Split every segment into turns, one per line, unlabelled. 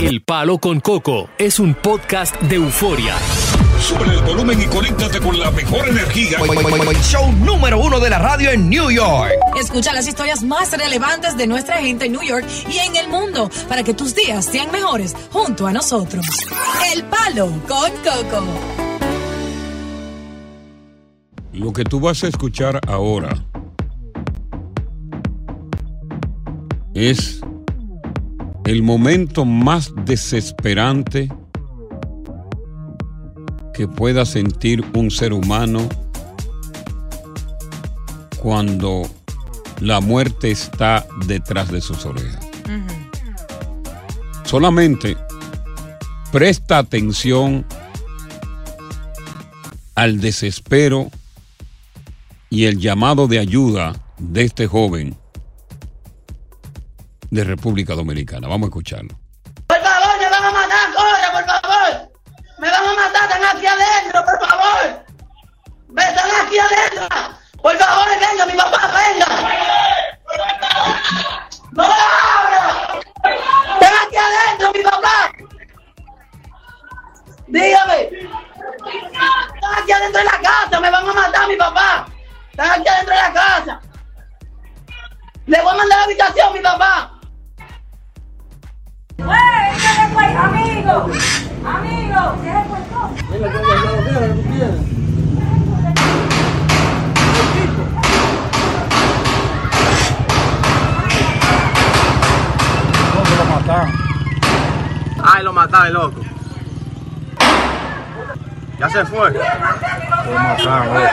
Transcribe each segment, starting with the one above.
El Palo con Coco es un podcast de euforia.
Sube el volumen y conéctate con la mejor energía.
Show número uno de la radio en New York.
Escucha las historias más relevantes de nuestra gente en New York y en el mundo para que tus días sean mejores junto a nosotros. El Palo con Coco.
Lo que tú vas a escuchar ahora es el momento más desesperante que pueda sentir un ser humano cuando la muerte está detrás de sus orejas. Solamente presta atención al desespero y el llamado de ayuda de este joven de República Dominicana. Vamos a escucharlo.
Por favor, me van a matar, corre, por favor. Me van a matar, están aquí adentro, por favor. Me están aquí adentro. Por favor, venga, mi papá, venga. No la abra. Están aquí adentro, mi papá. Dígame. Están aquí adentro de la casa, me van a matar, mi papá. Están aquí adentro de la casa. Le voy a mandar a la habitación, mi papá.
amigo! ¡Amigo!
lo mataron?
Ay, lo mataron, loco. Ya se fue.
Lo mataron,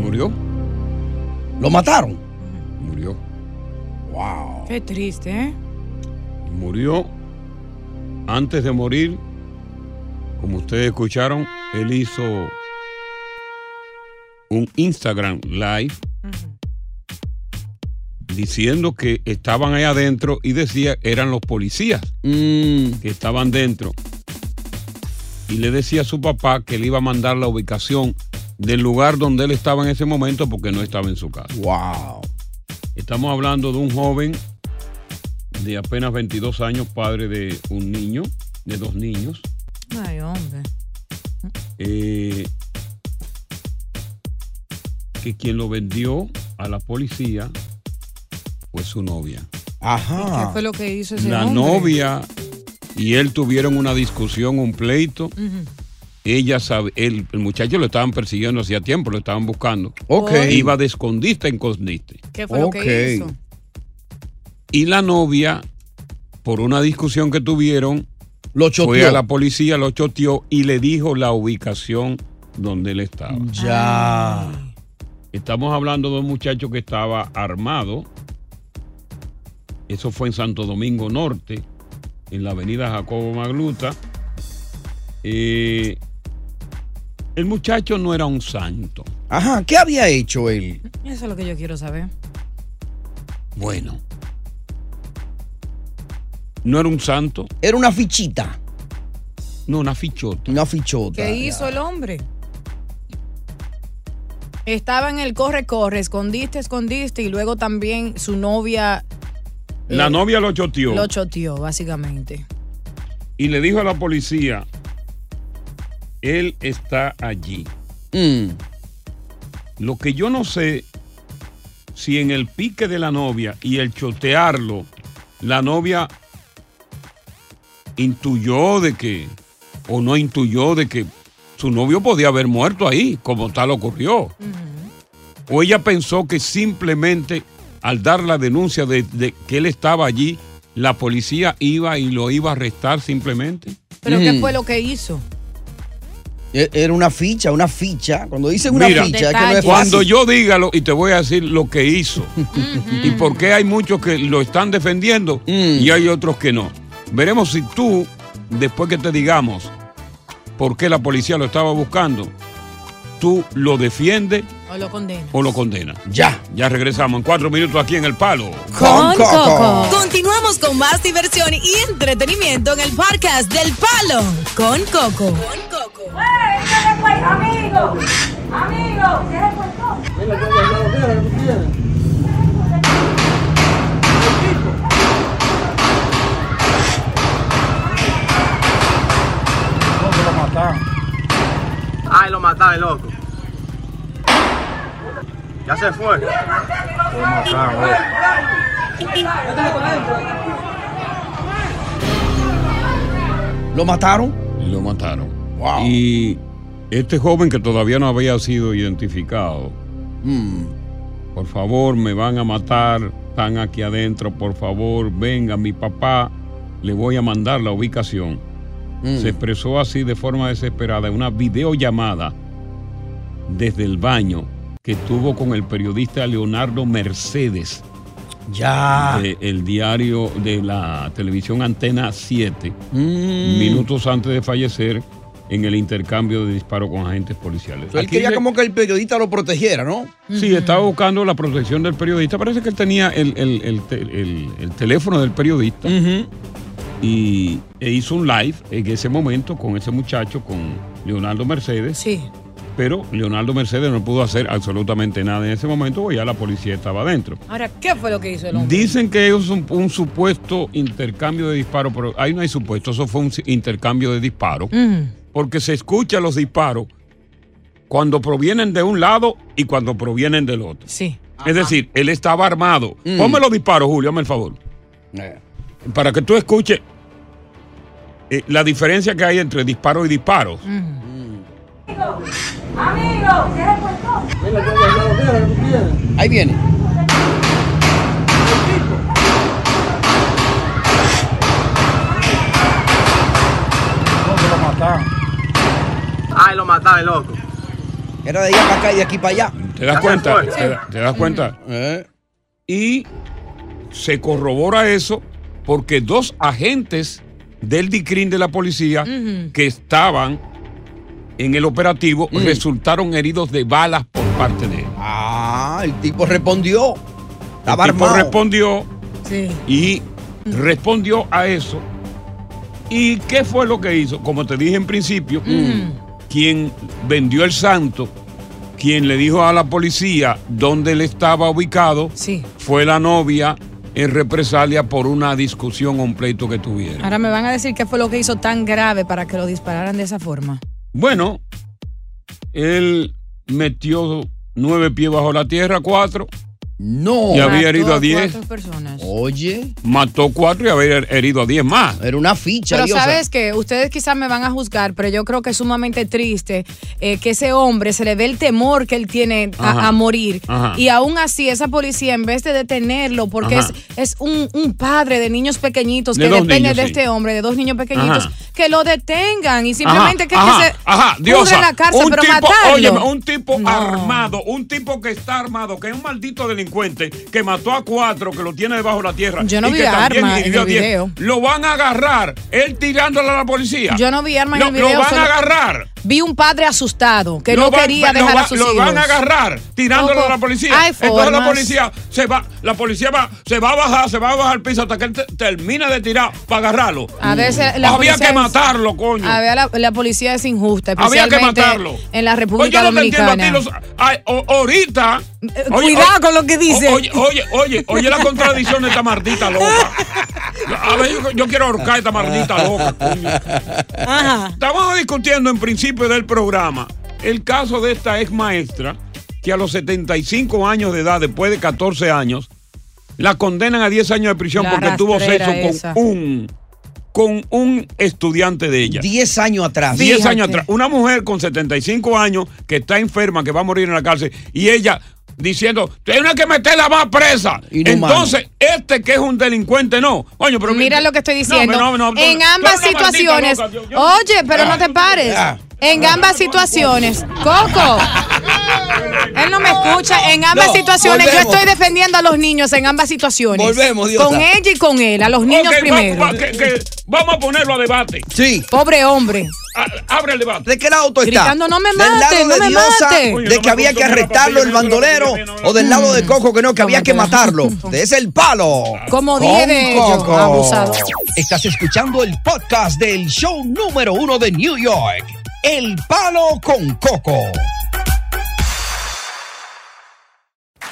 Murió.
¿Lo mataron?
Murió. Wow.
Qué triste, ¿eh?
Murió. Antes de morir, como ustedes escucharon, él hizo un Instagram live diciendo que estaban ahí adentro y decía eran los policías que estaban dentro. Y le decía a su papá que le iba a mandar la ubicación del lugar donde él estaba en ese momento porque no estaba en su casa.
Wow.
Estamos hablando de un joven de apenas 22 años, padre de un niño, de dos niños.
Ay, hombre.
eh, que quien lo vendió a la policía fue su novia.
¿Qué fue lo que hizo ese
La
hombre?
novia y él tuvieron una discusión, un pleito.
Ujú.
Ella sabe, el, el muchacho lo estaban persiguiendo hacía tiempo, lo estaban buscando.
Ok.
Iba de escondite en escondite.
¿Qué fue lo que hizo?
Y la novia, por una discusión que tuvieron,
lo
fue a la policía, lo choteó y le dijo la ubicación donde él estaba.
Ya.
Estamos hablando de un muchacho que estaba armado. Eso fue en Santo Domingo Norte, en la avenida Jacobo Magluta. Eh, el muchacho no era un santo.
Ajá, ¿qué había hecho él?
Eso es lo que yo quiero saber.
Bueno. No era un santo.
Era una fichita.
No, una fichota.
Una fichota.
¿Qué hizo el hombre? Estaba en el corre-corre, escondiste, escondiste, y luego también su novia
Eh.
La novia lo choteó
lo choteó, básicamente.
y le dijo a la policía, él está allí. Lo que yo no sé, si en el pique de la novia y el chotearlo, la novia intuyó de que, o no intuyó de que su novio podía haber muerto ahí, como tal ocurrió. O ella pensó que simplemente al dar la denuncia de, de que él estaba allí, la policía iba y lo iba a arrestar simplemente.
¿Pero qué fue lo que hizo?
E- Era una ficha, una ficha. Cuando dicen una
Mira,
ficha, es que no es
cuando
fácil.
yo dígalo y te voy a decir lo que hizo y por qué hay muchos que lo están defendiendo
Mm.
y hay otros que no. Veremos si tú, después que te digamos por qué la policía lo estaba buscando, tú lo defiendes
¿O lo condena?
o lo condenas. Ya. Ya regresamos en cuatro minutos aquí en El Palo.
Oh.
Continuamos con más diversión y entretenimiento en el podcast del Palo con Coco.
Amigo, amigo, ¿qué
lo mataron.
Ay, lo mataron, loco. Ya se fue.
Lo mataron, loco.
¿Lo mataron? Lo mataron. Y este joven que todavía no había sido identificado, Hmm. por favor, me van a matar, están aquí adentro, por favor, venga, mi papá, le voy a mandar la ubicación. Se expresó así de forma desesperada en una videollamada desde el baño que tuvo con el periodista Leonardo Mercedes
Ya.
de el diario de la televisión Antena 7, minutos antes de fallecer en el intercambio de disparos con agentes policiales.
Él
Aquí
quería
le-
como que el periodista lo protegiera, ¿no?
Sí, estaba buscando la protección del periodista. Parece que él tenía el, el- el te- el- el teléfono del periodista y e hizo un live en ese momento con ese muchacho, con Leonardo Mercedes.
Sí.
Pero Leonardo Mercedes no pudo hacer absolutamente nada en ese momento, porque ya la policía estaba adentro.
Ahora, ¿qué fue lo que hizo el hombre?
Dicen que es un, un supuesto intercambio de disparos, pero ahí no hay supuesto, eso fue un si- intercambio de disparos,
Mm,
porque se escuchan los disparos cuando provienen de un lado y cuando provienen del otro.
Sí.
Es decir, él estaba armado.
Mm.
Ponme los disparos, Julio, hazme el favor. Para que tú escuches eh, la diferencia que hay entre disparos y disparos.
Amigo, ¿qué
Ahí viene.
Lo mataron.
Ay, lo mataron, loco.
Era de allá para acá y de aquí para allá.
¿Te das cuenta? ¿Te, da- te das cuenta? Y se corrobora eso porque dos agentes del DICRIN de la policía
Ujú.
que estaban en el operativo resultaron heridos de balas por parte de él.
Ah, el tipo respondió. Estaba
el tipo
armado.
respondió
Sí.
y respondió a eso. ¿Y qué fue lo que hizo? Como te dije en principio, quien vendió el santo, quien le dijo a la policía dónde él estaba ubicado, fue la novia en represalia por una discusión o un pleito que tuvieron.
Ahora me van a decir qué fue lo que hizo tan grave para que lo dispararan de esa forma.
Bueno, él metió nueve pies bajo la tierra, cuatro. No. Y Oh. había herido a diez.
Cuatro personas.
Oye. Mató cuatro y había herido a diez más.
Era una ficha,
Pero sabes que ustedes quizás me van a juzgar, pero yo creo que es sumamente triste eh, que ese hombre se le ve el temor que él tiene a-
Ajá.
a, morir.
Ajá.
Y aún así, esa policía, en vez de detenerlo, porque es,
Ajá.
es un, un padre de niños pequeñitos
De
que
dos
depende
niños,
de
sí.
este hombre, de dos niños pequeñitos,
Ajá.
que lo detengan y simplemente
Ajá,
que, que
ajá,
se
ajá,
pudra
diosa,
en la cárcel,
un
pero
tipo,
matarlo.
óyeme, un tipo armado, un tipo que está armado, que es un maldito delincuente, que mató a cuatro, que lo tiene debajo de la tierra.
Yo no
y
vi
que también
arma
hirió
en el
a diez.
video.
Lo van a agarrar, él tirándole a la policía.
Yo no vi arma en
Lo-
el video.
Lo van
solo-
a agarrar.
Vi un padre asustado que
Lo
no
van-
quería
lo
dejar
va-
a sus
Lo
hijos.
van a agarrar tirándolo
Coco,
a la policía.
hay
Entonces la
formas.
policía se va, la policía va, se va a bajar, se va a bajar al piso hasta que él te- termina de tirar para agarrarlo.
A veces la
Había
policía
que
es-
matarlo, coño.
A ver, la, la policía es injusta,
Había que
especialmente
matarlo.
en la
Oye,
República
yo no te entiendo a ti.
Dominicana. Eh,
Los, ay, o- ahorita.
cuidado con lo que dice.
o- Oye, oye, oye, oye la contradicción de esta maldita loca. A ver, yo, yo quiero ahorcar a esta maldita loca. coño. Estábamos discutiendo en principio del programa el caso de esta ex maestra que a los 75 años de edad, después de 14 años, la condenan a 10 años de prisión
La
porque tuvo
rastrera
sexo
esa.
con un, con un estudiante de ella.
10 años atrás.
10
Fíjate.
años atrás. Una mujer con 75 años que está enferma, que va a morir en la cárcel, y ella diciendo, tiene que meterla más presa.
Inhumano.
Entonces, este que es un delincuente, no. Coño, pero
Mira lo que estoy diciendo.
no, no, no,
en
tú-
ambas
tú eres una maldita
situaciones.
loca, yo-
Oye, pero no te pares.
Ya.
En ambas situaciones. Coco. Él no me escucha. En ambas
No,
situaciones yo
volvemos.
estoy defendiendo a los niños en ambas situaciones.
Volvemos, Diosa.
Con ella y con él, a los niños
Ok, vamos-
primero.
va- que- que- vamos a ponerlo a debate.
Sí.
Pobre hombre.
Abre el debate.
¿De qué lado tú estás?
Gritando, no me
¿Del lado
mates, no
de
me
Diosa,
mates. Oye,
de que había que arrestarlo el bandolero? ¿O del lado
Mm.
de Coco que no, que había que matarlo? De ese el palo.
Como
Con
dije de ellos,
Coco.
abusado.
Estás escuchando el podcast del show número uno de New York. El palo con Coco.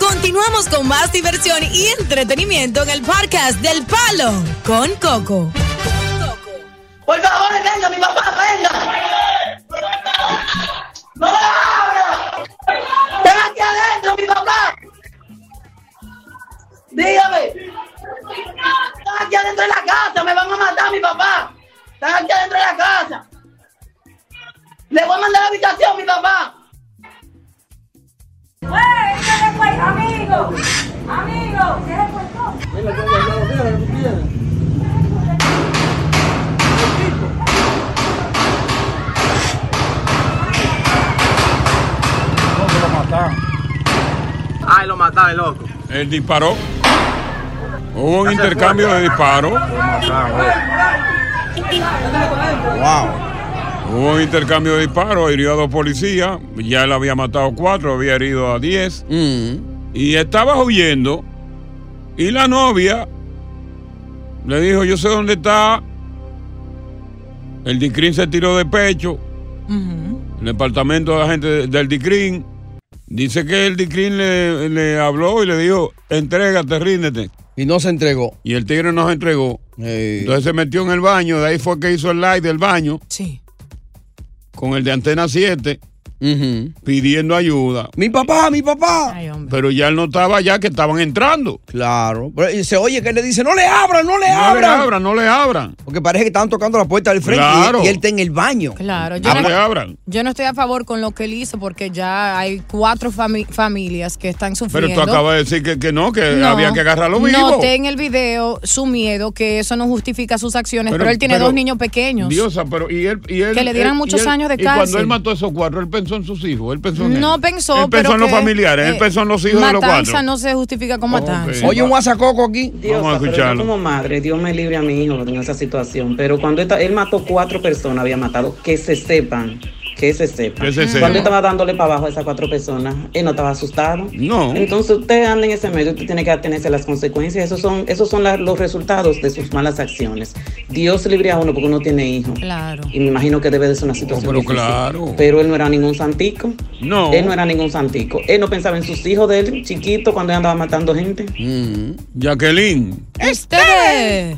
Continuamos con más diversión y entretenimiento en el podcast del Palo con Coco.
Por favor, venga, mi papá, venga. ¡No la abra! ¡Ven aquí adentro, mi papá! Dígame. Están aquí adentro de la casa, me van a matar, mi papá. Están aquí adentro de la casa. Le voy a mandar a la habitación, mi papá.
Amigo, amigo, cierra el portón.
Ay, lo mataron, loco.
Él disparó. Hubo un intercambio de disparos. Hubo un intercambio de disparos, hirió a dos policías, ya él había matado cuatro, había herido a diez. Y estaba huyendo. Y la novia le dijo, yo sé dónde está. El Dicrin se tiró de pecho. El departamento de la gente de- del Dicrin. Dice que el Dicrin le, le habló y le dijo, entrégate, ríndete.
Y no se entregó. Eh.
Y el tigre no se entregó. Entonces se metió en el baño, de ahí fue que hizo el live del baño.
Sí.
Con el de Antena 7, pidiendo ayuda.
Mi papá, mi papá.
Pero ya él no estaba allá, que estaban entrando.
Claro. Pero, y se oye que él le dice, no le abran, no le
No le
abran.
abran, no le abran.
Porque parece que estaban tocando la puerta del frente y-
Claro.
y, él está en el baño.
Claro, yo
Habla-
no, yo no estoy a favor con lo que él hizo porque ya hay cuatro fami- familias que están
Pero
sufriendo.
tú acabas de decir que, que no, que
No,
había que agarrarlo vivo.
Noté en el video su miedo, que eso no justifica sus acciones, pero,
Pero-
él tiene
pero-
dos niños pequeños.
Diosa, pero y él, y él-
Que le dieran
él- y
muchos
él-
años de
Y cuando
cárcel.
él mató a esos cuatro, él pensó en sus hijos, él pensó en él.
no pensó,
Él pensó
pero
en los
que,
familiares, él
eh,
pensó en los hijos de los
matanza
cuatro.
no se justifica con matanza.
Oye, un guasacoco aquí.
Dios,
Vamos a
pero yo
escucharlo.
como madre, Dios me libre a mi hijo en esa situación. Pero cuando esta- él mató cuatro personas, había matado, que se sepan, que se sepan.
Que se sepan.
Cuando estaba dándole para abajo a esas cuatro personas, él no estaba asustado.
No.
Entonces usted anda en ese medio, usted tiene que atenerse a las consecuencias. Esos son, esos son la- los resultados de sus malas acciones. Dios libre a uno porque uno tiene hijo.
Claro.
Y me imagino que debe de ser una situación.
pero
difícil.
claro.
Pero él no era ningún santico.
No.
Él no era ningún santico. Él no pensaba en sus hijos de él, chiquito, cuando él andaba matando gente.
Mm. Jacqueline,
Este.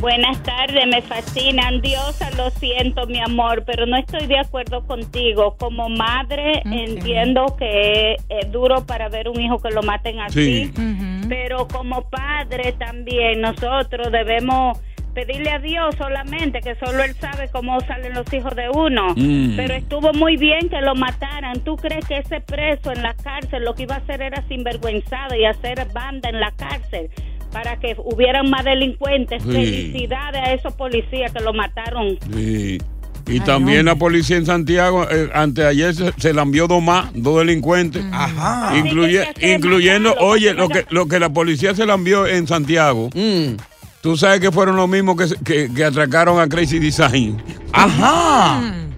Buenas tardes, me fascinan. Diosa, lo siento, mi amor, pero no estoy de acuerdo contigo. Como madre, entiendo que es duro para ver un hijo que lo maten así.
Sí.
Pero como padre también, nosotros debemos pedirle a Dios solamente, que solo Él sabe cómo salen los hijos de uno.
Mm.
Pero estuvo muy bien que lo mataran. ¿Tú crees que ese preso en la cárcel lo que iba a hacer era sinvergüenzado y hacer banda en la cárcel? para que hubieran más delincuentes.
Sí.
Felicidades a esos policías que lo mataron.
Sí. Y también la policía en Santiago, eh, anteayer se, se la envió dos más, dos delincuentes. Ajá. Incluye, incluyendo, oye, lo que, lo que la policía se la envió en Santiago, tú sabes que fueron los mismos que, se- que, que atracaron a Crazy Design.
Ajá.
Mm.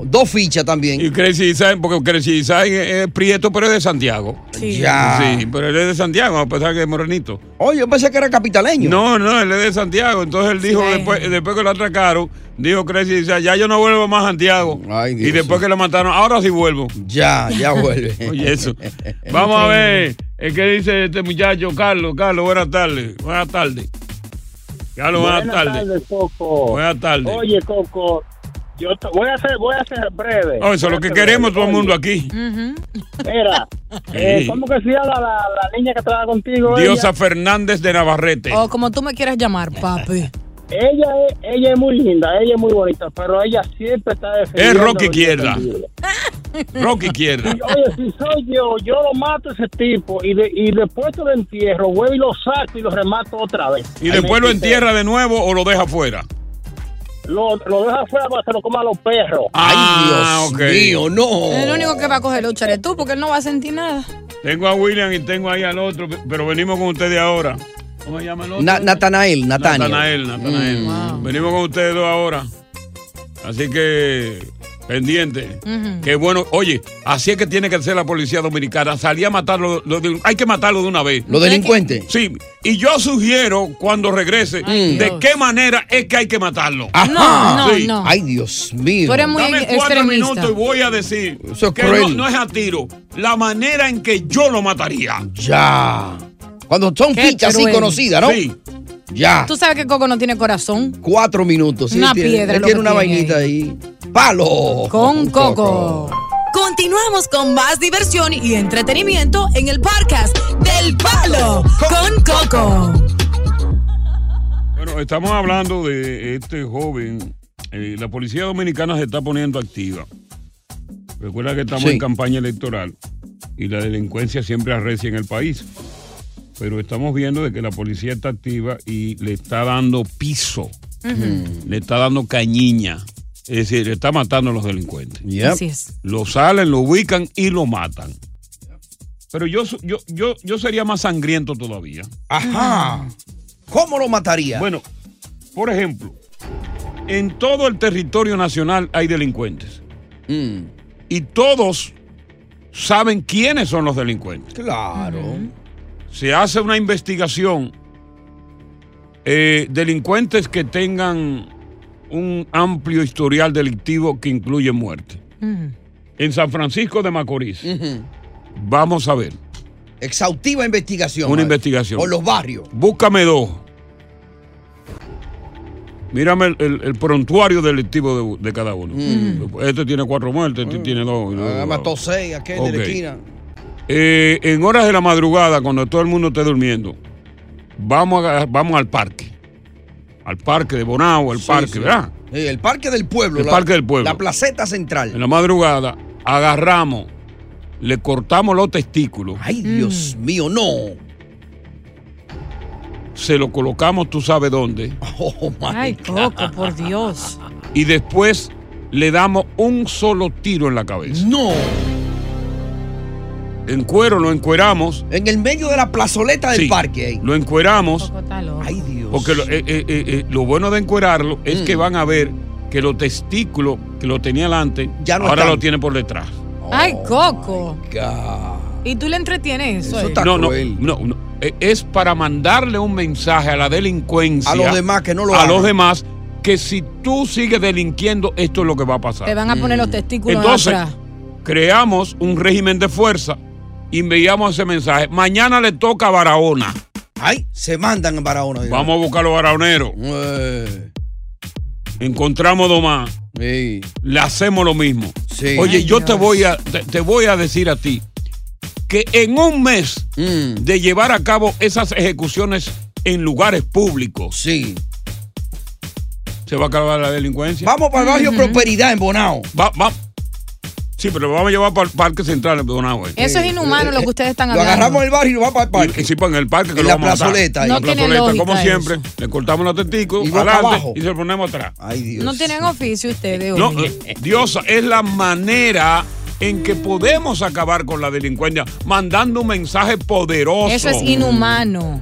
Dos fichas también.
Y Crazy Design, porque Crazy Design es, es prieto, pero es de Santiago.
Sí. Ya.
Sí, pero él es de Santiago, a pesar que es morenito.
Oye, yo pensé que era capitaleño.
No, no, él es de Santiago. Entonces él dijo, después, después que lo atracaron, dijo Crazy Design, ya yo no vuelvo más a Santiago. y después que lo mataron, ahora sí vuelvo.
Ya, ya vuelve.
Oye, eso. Vamos a ver eh, qué dice este muchacho, Carlos. Carlos, buenas tardes. Buenas tardes. Carlos, buenas, tardes.
Coco.
Buenas tardes.
Oye, Coco, yo t- voy a ser, voy a ser breve.
Oh, eso es lo que queremos todo el mundo aquí.
Mira, eh,
Sí.
¿cómo que se llama la, la niña que trabaja contigo?
Diosa Fernández de Navarrete.
O como tú me quieras llamar, papi.
Ella, ella, es, ella es muy linda, ella es muy bonita, pero ella siempre está
Es
defendiendo.
Rocky Izquierda. Rocky Izquierda.
Y, Oye, si soy yo, yo lo mato a ese tipo y, de- y después te lo entierro, güey, y lo saco y lo remato otra vez.
Y después lo
Ay, me quité.
entierra de nuevo o lo deja fuera.
Lo, lo deja afuera para que se lo coman los perros.
Ah, Ay,
mío, no.
El único que va a coger lucha eres tú, porque él no va a sentir nada.
Tengo a William y tengo ahí al otro, pero venimos con ustedes ahora. ¿Cómo se llama el otro?
Na- Natanael, Natanael.
Natanael,
Mm.
Natanael. Venimos con ustedes dos ahora. Así que, pendiente.
Ujú.
Qué bueno. Oye, así es que tiene que ser la policía dominicana. Salí a matarlo. lo de- hay que matarlo de una vez.
¿Los delincuentes?
Sí. Y yo sugiero, cuando regrese,
Ay,
de
Dios.
qué manera es que hay que matarlo.
Ajá.
No, no, no.
Ay, Dios mío.
Tú eres muy
Dame cuatro
extremista.
minutos y voy a decir
Eso es
que
cruel.
No, no es a tiro. La manera en que yo lo mataría.
Ya. Cuando son
Qué
fichas así
cruel.
conocidas, ¿no?
Sí. Ah.
Ya.
Tú sabes que Coco no tiene corazón.
Cuatro minutos. sí,
Una
tiene,
piedra
Él
lo
tiene
que
una
tiene
vainita ahí. ¡Palo!
Con Coco.
Continuamos con más diversión y entretenimiento en el podcast del Palo con Coco.
Bueno, estamos hablando de este joven. Eh, la policía dominicana se está poniendo activa. Recuerda que estamos
Sí.
en campaña electoral y la delincuencia siempre arrecia en el país. Pero estamos viendo de que la policía está activa y le está dando piso, le está dando cañiña. Es decir, le está matando a los delincuentes.
Yep. Así es.
Lo salen, lo ubican y lo matan. Pero yo, su- yo, yo, yo sería más sangriento todavía.
Ajá. ¿Cómo lo mataría?
Bueno, por ejemplo, en todo el territorio nacional hay delincuentes.
Mm.
Y todos saben quiénes son los delincuentes.
Claro.
Se hace una investigación. eh, delincuentes que tengan un amplio historial delictivo que incluye muerte. En San Francisco de Macorís. Vamos a ver.
Exhaustiva investigación.
Una
madre.
investigación.
Por los barrios.
Búscame dos. Mírame el, el- el prontuario delictivo de, de cada uno. Este tiene cuatro muertes, este tiene dos.
Mm. Ah, mató seis, aquel de
Ok.
la esquina.
Eh, en horas de la madrugada, cuando todo el mundo esté durmiendo, vamos, a- vamos al parque. Al parque de Bonao, al
Sí,
parque,
sí.
¿verdad?
Sí, el parque del pueblo.
El
la-
parque del pueblo.
La placeta central.
En la madrugada, agarramos, le cortamos los testículos.
Ay, Dios
Mm.
mío, no.
Se lo colocamos, tú sabes dónde.
Oh, my
Ay, Coco, por Dios.
y después le damos un solo tiro en la cabeza.
¡No!
En cuero lo encueramos.
En el medio de la plazoleta del
Sí,
parque. ahí.
Lo encueramos.
Ay, Dios. Mm.
Porque lo, eh, eh, eh, eh, lo bueno de encuerarlo es que van a ver que los testículos que lo tenía delante,
Ya no
ahora
están.
lo tiene por detrás.
Ay, Coco.
God.
Y tú le entretienes eso. eh?
no, no, no, no. Eh, Es para mandarle un mensaje a la delincuencia.
A los demás que no lo
A
hagan.
los demás que si tú sigues delinquiendo, esto es lo que va a pasar.
Te van a poner los testículos
Entonces,
atrás.
creamos un régimen de fuerza y enviamos ese mensaje. Mañana le toca a Barahona.
Ay, se mandan en Barahona. digo.
Vamos a buscar a los barahoneros.
Eh.
Encontramos dos más. Le hacemos lo mismo. Oye,
Ay,
yo te voy, a, te, te voy a decir a ti que en un mes
Mm.
de llevar a cabo esas ejecuciones en lugares públicos,
sí.
se va a acabar la delincuencia.
Vamos para el barrio Prosperidad en Bonao.
Va, va. Sí, pero lo vamos a llevar para el Parque Central de Bonao. eh.
Eso es inhumano lo que ustedes están
Lo
hablando.
agarramos el barrio y nos vamos para el parque.
Y- y sí, pues, en el parque que
En
lo
la
vamos a matar.
plazoleta, ahí.
En la
No tiene
plazoleta, como
lógica
siempre. Le cortamos los testículos,
Y va para
adelante
abajo.
y se lo ponemos atrás.
Ay, Dios.
No tienen oficio ustedes.
No,
oye.
eh, Diosa, es la manera en que podemos acabar con la delincuencia, mandando un mensaje poderoso.
Eso es inhumano.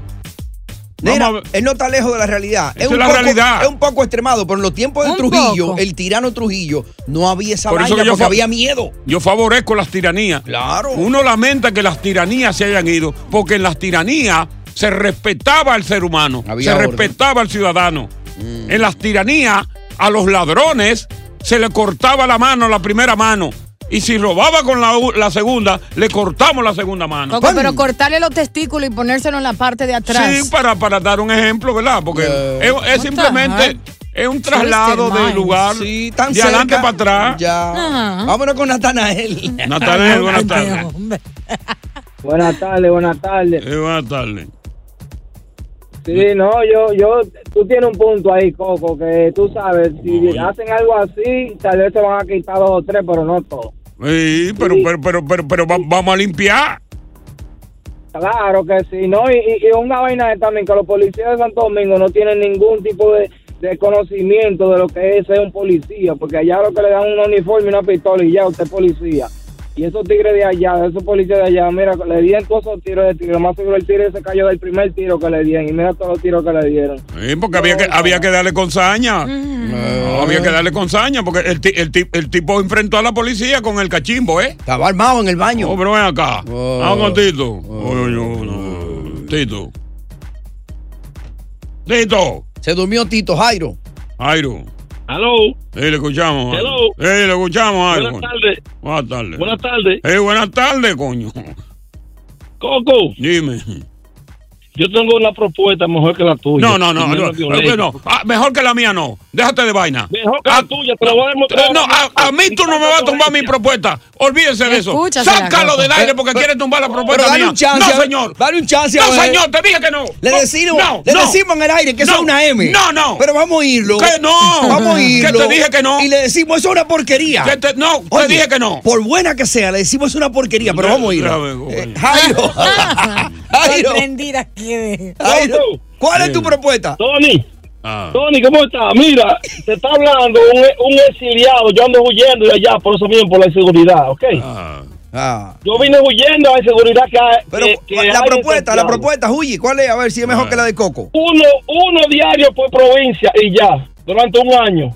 Mira, él no está lejos de la realidad.
Esa es la
poco,
realidad.
Es un poco extremado, pero en los tiempos de
Un
Trujillo,
poco.
el tirano Trujillo, no había esa
Por eso
vaina
que yo
porque
fa-
había miedo.
Yo favorezco las tiranías. Claro. Uno lamenta que las tiranías se hayan ido, porque en las tiranías se respetaba al ser humano,
Había
se
orden. Mm.
respetaba al ciudadano. En las tiranías, a los ladrones se le cortaba la mano, la primera mano. Y si robaba con la, u- la segunda, le cortamos la segunda mano.
Coco, pero cortarle los testículos y ponérselo en la parte de atrás.
Sí, para, para dar un ejemplo, ¿verdad? Porque es, es
What the
simplemente
heck?
es un traslado
Twisted
del
mind.
lugar
Sí, tan
de adelante
cerca.
para atrás.
Ya. Vámonos con Natanael.
Natanael, buenas tardes.
Buenas tardes, buenas tardes.
Eh, buenas tardes.
Sí, no, yo, yo, tú tienes un punto ahí, Coco, que tú sabes, si hacen algo así, tal vez te van a quitar dos o tres, pero no todos.
Sí, pero, pero, pero, pero, pero va- vamos a limpiar.
Claro que sí, ¿no? Y, y- y una vaina es también que los policías de Santo Domingo no tienen ningún tipo de, de conocimiento de lo que es ser un policía, porque allá lo que le dan un uniforme y una pistola y ya usted es policía. Y esos tigres de allá, esos policías de allá, mira, le dieron todos esos tiros de tiro, lo más seguro el tiro se cayó del primer tiro que le dieron y mira todos los tiros que le dieron.
Sí, porque había que, había que darle con saña. No, había que darle con saña, porque el, ti- el ti- el tipo enfrentó a la policía con el cachimbo, ¿eh?
Estaba armado en el baño.
Oh, pero ven acá. Vamos con Tito.
Oh.
Oye, oye, oye. Tito. Tito.
Se durmió Tito Jairo.
Jairo.
Aló.
Sí, le escuchamos. Jairo.
Hello.
Sí, le escuchamos, Jairo.
Buenas tardes.
Buenas tardes.
Buenas tardes.
Eh, buenas tardes, coño.
Coco.
Dime.
Yo tengo una propuesta mejor que la tuya.
No, no, no.
Y menos
no,
violenta.
no. Ah, mejor que la mía no. Déjate de vaina.
Mejor que la tuya, te la voy a demostrar.
Eh, No, a, a mí tú no me vas a tumbar mi propuesta. Olvídense de eso.
Escúchasela,
Sácalo
Coco.
del aire porque
Pero-
quiere tumbar la
pero
propuesta
dale
mía.
un chance, a
no,
ver,
señor.
dale un chance, a
No,
ver.
señor, te dije que no.
Le
No,
decimos,
no,
le
no.
decimos en el aire que eso
No,
es una M.
No, no.
Pero vamos a irlo.
Que no.
Vamos a
Que
irlo.
te dije que no.
Y le decimos, eso es una porquería.
Que te- no, te dije que no.
Por buena que sea, le decimos, eso es una porquería, pero vamos a irlo. Eh, Jairo. Jairo.
Sorprendida que
Jairo. ¿Cuál es tu propuesta?
Tony.
Ah.
Tony, ¿cómo estás? Mira, te está hablando un, un exiliado. Yo ando huyendo de allá por eso mismo, por la inseguridad, ¿ok? Yo vine huyendo a la inseguridad que hay. eh,
Pero
que- que hay
la
en
propuesta, la
Santiago. Ah.
propuesta, Juyi, ¿cuál es? A ver si es mejor que la de Coco.
Uno, uno diario por provincia y ya, durante un año.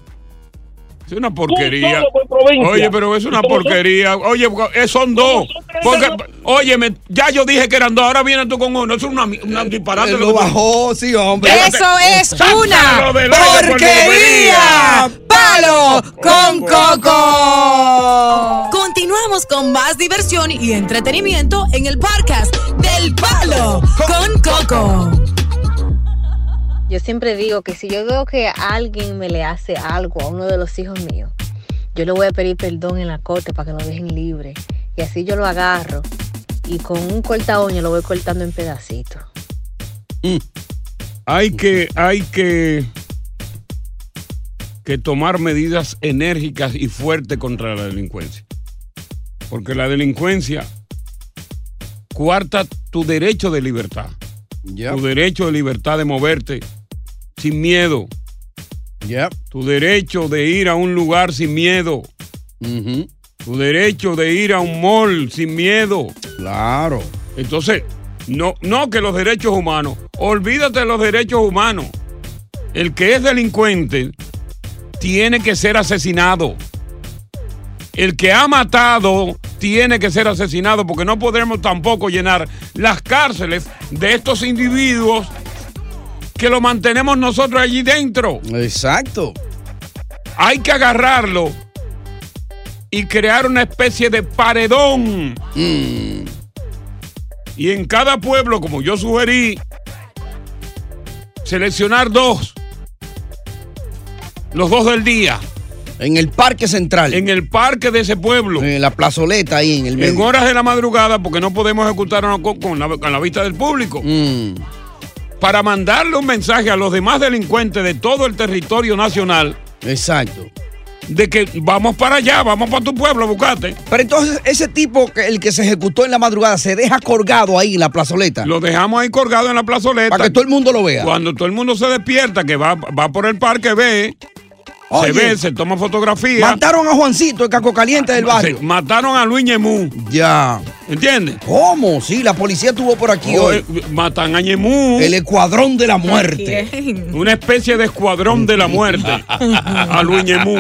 Es una porquería.
Un solo por provincia.
Oye, pero es una
Y como son-
porquería. Oye, eh, son dos. Porque, óyeme, ya yo dije que eran dos, ahora vienes tú con uno. Eso es una, una disparate.
Eh,
que
lo
tú-
bajó, sí, hombre.
Eso es una
Sácalo del aire, eh.
porquería. Palo con
Coco. Continuamos con más diversión y entretenimiento en el podcast del Palo con Coco.
Yo siempre digo que si yo veo que alguien me le hace algo a uno de los hijos míos, yo le voy a pedir perdón en la corte para que lo dejen libre. Y así yo lo agarro y con un corta uña lo voy cortando en pedacitos.
Mm. Hay que, hay que, que tomar medidas enérgicas y fuertes contra la delincuencia. Porque la delincuencia cuarta tu derecho de libertad. Tu derecho de libertad de moverte sin miedo. Tu derecho de ir a un lugar sin miedo. Tu derecho de ir a un mall sin miedo. Claro. Entonces, no, no que los derechos humanos. Olvídate de los derechos humanos. El que es delincuente tiene que ser asesinado. El que ha matado tiene que ser asesinado porque no podremos tampoco llenar las cárceles de estos individuos que lo mantenemos nosotros allí dentro.
Exacto.
Hay que agarrarlo y crear una especie de paredón. Y en cada pueblo, como yo sugerí, seleccionar dos. Los dos del día.
En el parque central.
En el parque de ese pueblo.
En la plazoleta ahí, en el medio.
En horas de la madrugada, porque no podemos ejecutarnos con, con la, con la vista del público.
Mm.
Para mandarle un mensaje a los demás delincuentes de todo el territorio nacional.
Exacto.
De que vamos para allá, vamos para tu pueblo, buscate.
Pero entonces, ese tipo, que- el que se ejecutó en la madrugada, se deja colgado ahí en la plazoleta.
Lo dejamos ahí colgado en la plazoleta.
Para que todo el mundo lo vea.
Cuando todo el mundo se despierta, que va, va por el parque, ve Se
Oye.
ve, se toma fotografía.
Mataron a Juancito, el caco caliente
Ah,
del barrio.
Se mataron a Luis Ñemú.
Ya. Oh.
¿Entiendes?
¿Cómo? Sí, la policía estuvo por aquí
Oh,
hoy.
eh, Matan a Ñemú.
El escuadrón de la muerte.
Una especie de escuadrón de la muerte. a Luis Ñemú.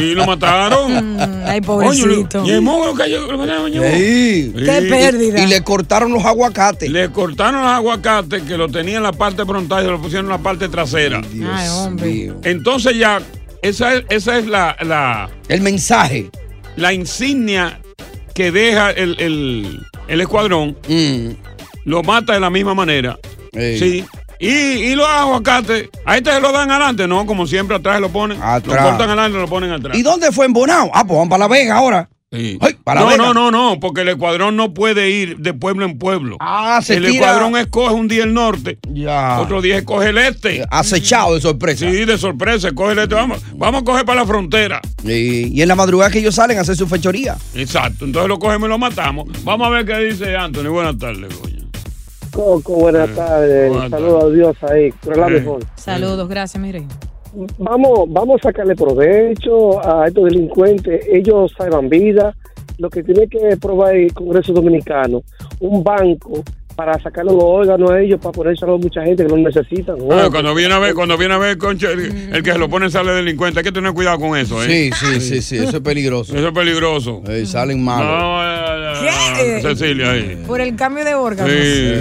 Y lo
Mm,
mataron.
Mm, Ay, pobrecito.
Coño, Ñemú creo que yo- lo mataron a Ñemú.
Sí.
Qué pérdida.
Y le cortaron los aguacates.
Le cortaron los aguacates que lo tenía en la parte frontal y se lo pusieron en la parte trasera.
Ay, hombre.
Entonces ya, esa es, esa es la, la-
El mensaje.
La insignia que deja el, el- el escuadrón.
Mm.
Lo mata de la misma manera. Sí. Y, y los aguacates, a este se lo dan adelante, ¿no? Como siempre, atrás se lo ponen. Lo
Atrás.
cortan adelante y lo ponen atrás.
¿Y dónde fue en Bonao? Ah, pues van para La Vega ahora.
Sí.
Ay, para
no,
Vega.
no, no, no, porque el escuadrón no puede ir de pueblo en pueblo.
Ah, se
El
tira-
escuadrón escoge un día el norte,
Ya. Eh,
otro día escoge el este.
Acechado de sorpresa.
Sí, de sorpresa, escoge el este. Vamos, vamos a coger para la frontera.
Y, y en la madrugada que ellos salen a hacer su fechoría.
Exacto, entonces lo cogemos y lo matamos. Vamos a ver qué dice Anthony. Buenas tardes, coño.
Coco, buenas tardes.
buenas
Saludos a Dios ahí. Pero la
Eh.
mejor.
Saludos, gracias, mire.
Vamos, vamos a sacarle provecho a estos delincuentes. Ellos salvan vida. Lo que tiene que probar el Congreso Dominicano, un banco para sacarle los órganos a ellos, para ponérselo a mucha gente que lo necesitan. ¿no?
Ah, cuando viene a ver, cuando viene a ver, concho, el, el que se lo pone sale delincuente. Hay que tener cuidado con eso, ¿eh?
Sí, sí, sí, sí, eso es peligroso.
Eso es peligroso.
salen malos.
No, eh, eh, Cecilia ahí.
Por el cambio de órganos.
Sí,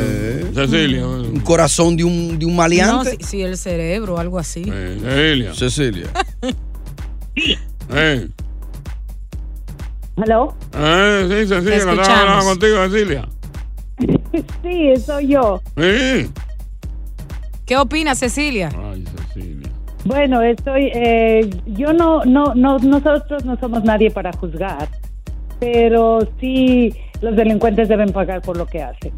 Cecilia.
Un corazón de un, de un
No,
maleante.
sí, sí, el cerebro, algo así.
Cecilia.
Cecilia.
Eh,
¿Aló?
eh, sí, Cecilia,
Te
que estaba
escuchamos.
hablando contigo, Cecilia.
Sí, soy yo.
Sí.
¿Qué opinas, Cecilia?
Bueno, estoy, eh, yo no, no, no, nosotros no somos nadie para juzgar, pero sí los delincuentes deben pagar por lo que hacen.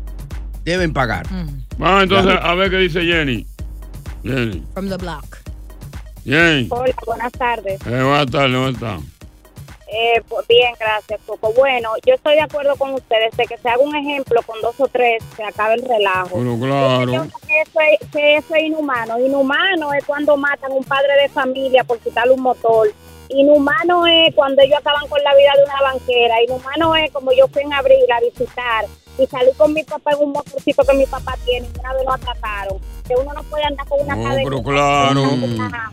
Deben pagar.
Vamos entonces a ver qué dice Jenny. Jenny.
From the block.
Jenny.
Hola, buenas tardes.
Eh, buenas tardes, ¿cómo está?
Eh, pues, bien, gracias, Coco. Bueno, yo estoy de acuerdo con ustedes de que se haga un ejemplo con dos o tres, se acabe el relajo.
Pero claro.
Que Eso es, que eso es inhumano. Inhumano es cuando matan a un padre de familia por quitarle un motor. Inhumano es cuando ellos acaban con la vida de una banquera. Inhumano es como yo fui en abril a visitar y salí con mi papá en un motorcito que mi papá tiene y una vez lo atraparon. Que uno no puede andar con una
No,
cadena.
pero claro.
Ajá.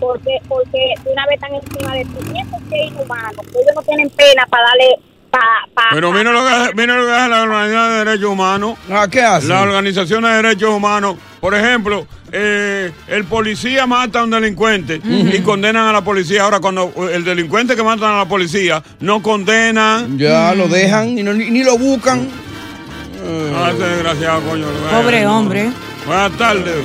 porque porque de una vez están encima de ti. Y eso sí es inhumano. Ellos no tienen pena para darle. pa- pa-
Pero mira lo que hace, mira lo que hace la Organización de Derechos Humanos.
Ah, ¿Qué hace?
La Organización de Derechos Humanos. Por ejemplo, eh, el policía mata a un delincuente y condenan a la policía. Ahora, cuando el delincuente que matan a la policía, no condenan.
Ya lo dejan y no- ni, ni lo buscan.
Ah, ese desgraciado, coño.
Pobre hombre.
Buenas tardes.